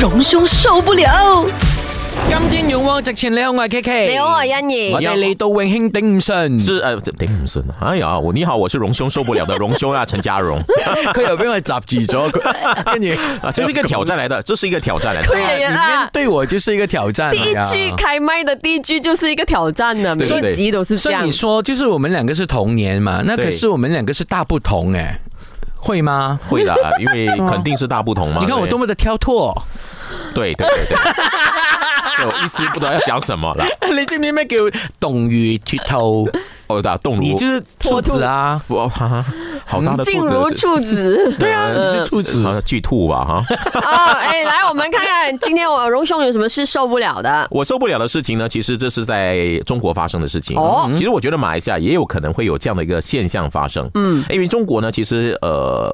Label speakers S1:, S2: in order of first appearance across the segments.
S1: 榮兄受不了。
S2: 今天勇往直前，你好，我係 K K。
S3: 你好，我係欣怡
S2: 我。哋嚟到永興頂唔順，
S4: 是呃，顶唔顺啊！哎呀，我你好，我是荣兄受不了的荣兄啊，陈家荣
S2: 佢又俾我閘住咗，佢跟住
S4: 啊，这是一个挑战来的，这是一个挑战来的。
S3: 对
S2: 啊
S3: 啊，
S2: 对我就是一个挑战。
S3: 第一
S2: 哎
S3: 句
S2: 呀
S3: 开麦的第一句就是一个挑战呢，每
S4: 对对对
S3: 一集都是这
S2: 所以
S3: 样
S2: 你。说，就是我们两个是同年嘛，那可
S4: 对
S2: 是我们两个是大不同哎，会吗？
S4: 会的，啊因为肯定是大不同嘛。
S2: 你看我多
S4: 对
S2: 么的挑脱，
S4: 对对对对，对我一时不知道要讲什么了。
S2: 你知唔知咩叫動如脱兔？
S4: 哦，打动如
S2: 你就是兔子啊！
S4: 我哈哈，好大的
S3: 嗯静
S4: 兔
S3: 如
S4: 子，呃
S3: 处 子
S2: 对啊，你是兔子
S4: 好。像巨兔吧哈。
S3: 啊！哎，来，我们看看今天我荣兄有什么是受不了的。
S4: 我受不了的事情呢，其实这是在中国发生的事情。嗯
S3: 哦
S4: 其实我觉得马来西亚也有可能会有这样的一个现象发生。嗯，因为中国呢，其实呃，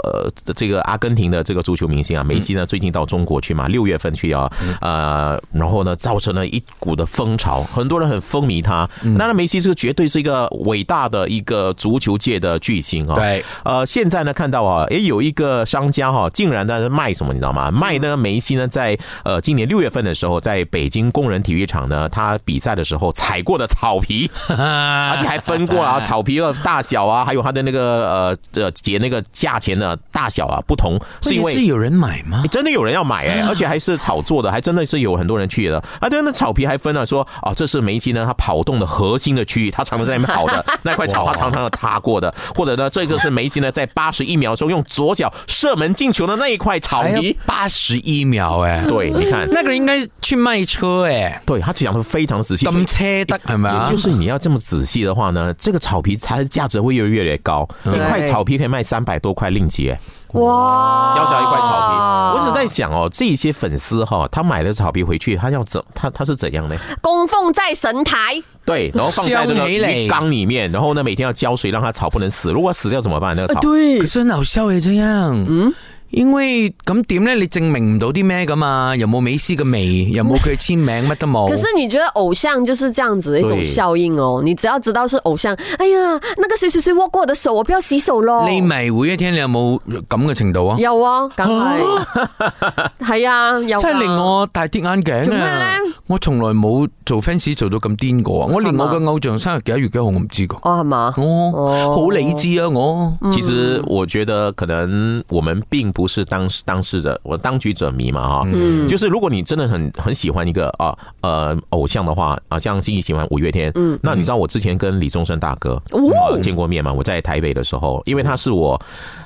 S4: 这个阿根廷的这个足球明星啊，梅西呢，最近到中国去嘛，六月份去啊，呃，然后呢，造成了一股的风潮，很多人很风靡他。当然，梅西这个绝对是一个伟大的一个足球界的巨星啊。
S2: 对，
S4: 呃，现在呢看到啊，诶，有一个商家哈、竟然在卖什么，你知道吗？卖呢梅西呢，在呃今年六月份的时候，在北京工人体育场呢，他比赛的时候踩过的草皮，而且还分过啊，草皮的大小啊，还有它的那个呃呃结那个价钱的大小啊不同，是因
S2: 问
S4: 为
S2: 题是有人买吗
S4: 欸？真的有人要买哎、而且还是炒作的，还真的是有很多人去的。啊，对，那草皮还分了说，哦，这是梅西呢，他跑动的核心的区域，他常常在那边跑的那块草，他常常有踏过的，或者呢，这个是梅西呢在八十一秒钟用左脚射门进球的那一块草皮。
S2: 八十一秒哎，
S4: 对，你看，
S2: 那个人应该去卖车哎，
S4: 对他讲的非常仔细。所以
S2: 咁车得系咪啊
S4: 也就？是你要这么仔细的话呢，这个草皮它的价值会越来越高，一块草皮可以卖三百多块令吉，哎
S3: 哇，
S4: 小小一块草皮。我只在想哦，这些粉丝哈、他买了草皮回去，他要怎他他是怎样呢？
S3: 供奉在神台，
S4: 对，然后放在
S2: 香
S4: 这个
S2: 梅蕾
S4: 鱼缸里面，然后呢每天要浇水，让它草不能死。如果死掉怎么办？那个草，
S3: 对
S2: 可是很好笑嘅这样，嗯，因為咁點咧？你證明唔到啲咩噶嘛？又冇美斯嘅味，又冇佢簽名，乜都 冇。
S3: 可是你觉得偶像就是这样子的一种
S4: 对
S3: 效应哦？你只要知道是偶像，哎呀，那个谁谁谁握过我的手，我不要洗手咯。
S2: 你迷會一天，你有冇咁嘅程度啊？
S3: 有啊，梗 系系啊，有啊。
S2: 真係令
S4: 哦
S2: 我大跌眼
S3: 做
S2: 鏡
S3: 咩
S2: 啊
S3: 咧！
S2: 我從來冇做 fans 做到咁癲過啊！我連
S3: 係嘛
S2: 我嘅偶像生日幾多月幾號我唔知噶。
S3: 哦，系嘛？
S2: 哦，
S3: 哦嗯
S2: 好理智啊！我
S4: 其实我觉得可能我们并不是当事当事者，我当局者迷嘛哈。
S2: 嗯
S4: 就是如果你真的很很喜欢一个啊呃偶像的话啊，像心仪喜欢五月天，嗯，那你知道我之前跟李宗盛大哥
S3: 哦
S4: 啊见过面嘛？我在台北的时候，因为他是我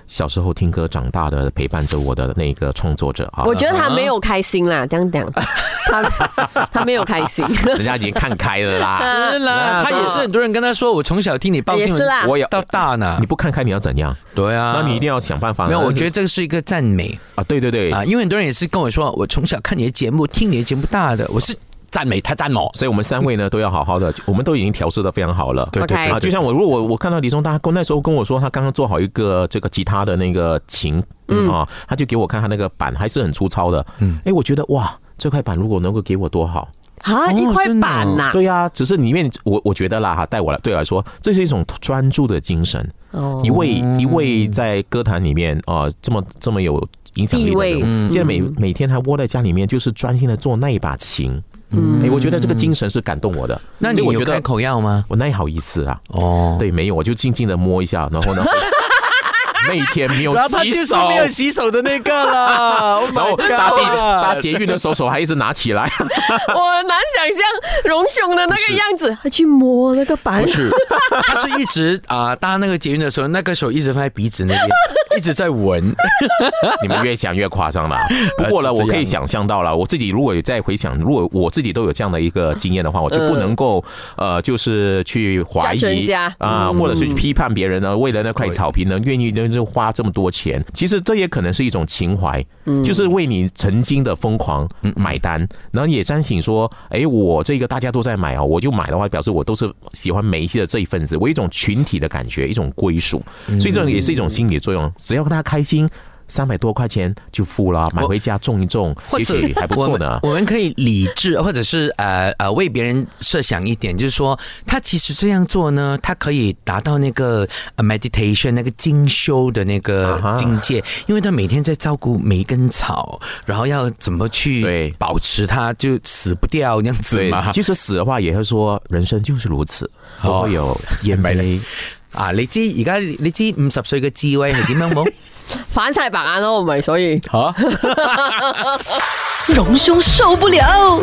S4: 小时候听歌长大的，陪伴着我的那个创作者啊。
S3: 我觉得他没有开心啦，这样讲，他他没有开心，啊
S4: 人家已经看开了 啦，
S2: 是啦，
S4: 那
S2: 他也是很多人跟他说，我从小听你报新
S3: 也是
S2: 闻
S3: 啦，
S2: 我也到大呢
S4: 你。不看开你要怎样？
S2: 对啊，
S4: 那你一定要想办法。
S2: 没有，我觉得这个是一个赞美
S4: 啊，对对对，
S2: 啊，因为很多人也是跟我说，我从小看你的节目，听你的节目大的，我是赞美他赞我。
S4: 所以我们三位呢都要好好的，我们都已经调试的非常好了。
S2: 对对
S3: OK
S2: 哎对，
S4: 啊，就像我，如果我我看到李宗大哥那时候跟我说，他刚刚做好一个这个吉他的那个琴，嗯啊，他就给我看他那个板还是很粗糙的，嗯，哎，我觉得哇，这块板如果能够给我多好，
S3: 啊，一块板
S2: 啊
S3: 呐、
S4: 对呀、只是里面我我觉得啦哈，带我来对我来说，这是一种专注的精神，
S3: 哦
S4: 一位一位在歌坛里面啊、这么这么有影响力
S3: 地
S4: 的
S3: 位
S4: 人物，现在每
S2: 嗯
S4: 每天还窝在家里面，就是专心的做那一把琴。哎，我觉得这个精神是感动我的。
S2: 嗯那
S4: 所
S2: 你
S4: 以我
S2: 有
S4: 觉
S2: 开
S4: 得
S2: 口药吗？
S4: 我哪里好意思啊？
S2: 哦，
S4: 对，没有，我就静静的摸一下，然 后呢，那一天没有洗手，
S2: 洗手的那个 啦。Oh
S4: 然后
S2: my
S4: 搭地
S2: God
S4: 搭捷运的时候手还一直拿起来，
S3: 我很难想象荣兄的那个样子，他去摸那个板
S2: 不，是， 他是一直啊搭那个捷运的时候，那个手一直放在鼻子那边，一直在闻。
S4: 你们越想越夸张 了。不过呢，
S2: 是这
S4: 我
S2: 样
S4: 可以想象到了，我自己如果有再回想，如果我自己都有这样的一个经验的话，我就不能够呃，就是去怀
S3: 加人
S4: 疑
S3: 家
S4: 啊，
S2: 嗯
S4: 或者是去批判别人呢，为了那块草坪呢，愿意呢就花这么多钱。其实这也可能是一种情怀，
S2: 嗯
S4: 就是为你曾经的疯狂买单，然后也彰显说，哎，我这个大家都在买啊，我就买的话，表示我都是喜欢梅西的这一份
S2: 嗯
S4: 子，我有一种群体的感觉，一种归属，所以这种也是一种心理作用。只要大家开心。三百多块钱就付了，买回家种一种，
S2: 或
S4: 也
S2: 者
S4: 许还不
S2: 我
S4: 错啊
S2: 们
S4: 呢。
S2: 我们可以理智，或者是呃呃为别人设想一点，就是说他其实这样做呢，他可以达到那个、呃 meditation 那个精修的那个
S4: 啊哈
S2: 境界，因为他每天在照顾每一根草，然后要怎么
S4: 对
S2: 去保持它就死不掉那样子
S4: 对
S2: 嘛，。
S4: 即使死的话，也会说人生就是如此，都会 有烟杯。
S2: 啊，你知而家你知五十歲嘅智慧係點樣 冇？
S3: 反晒白眼咯，唔係所以。
S2: 嚇！
S1: 隆兄受不了。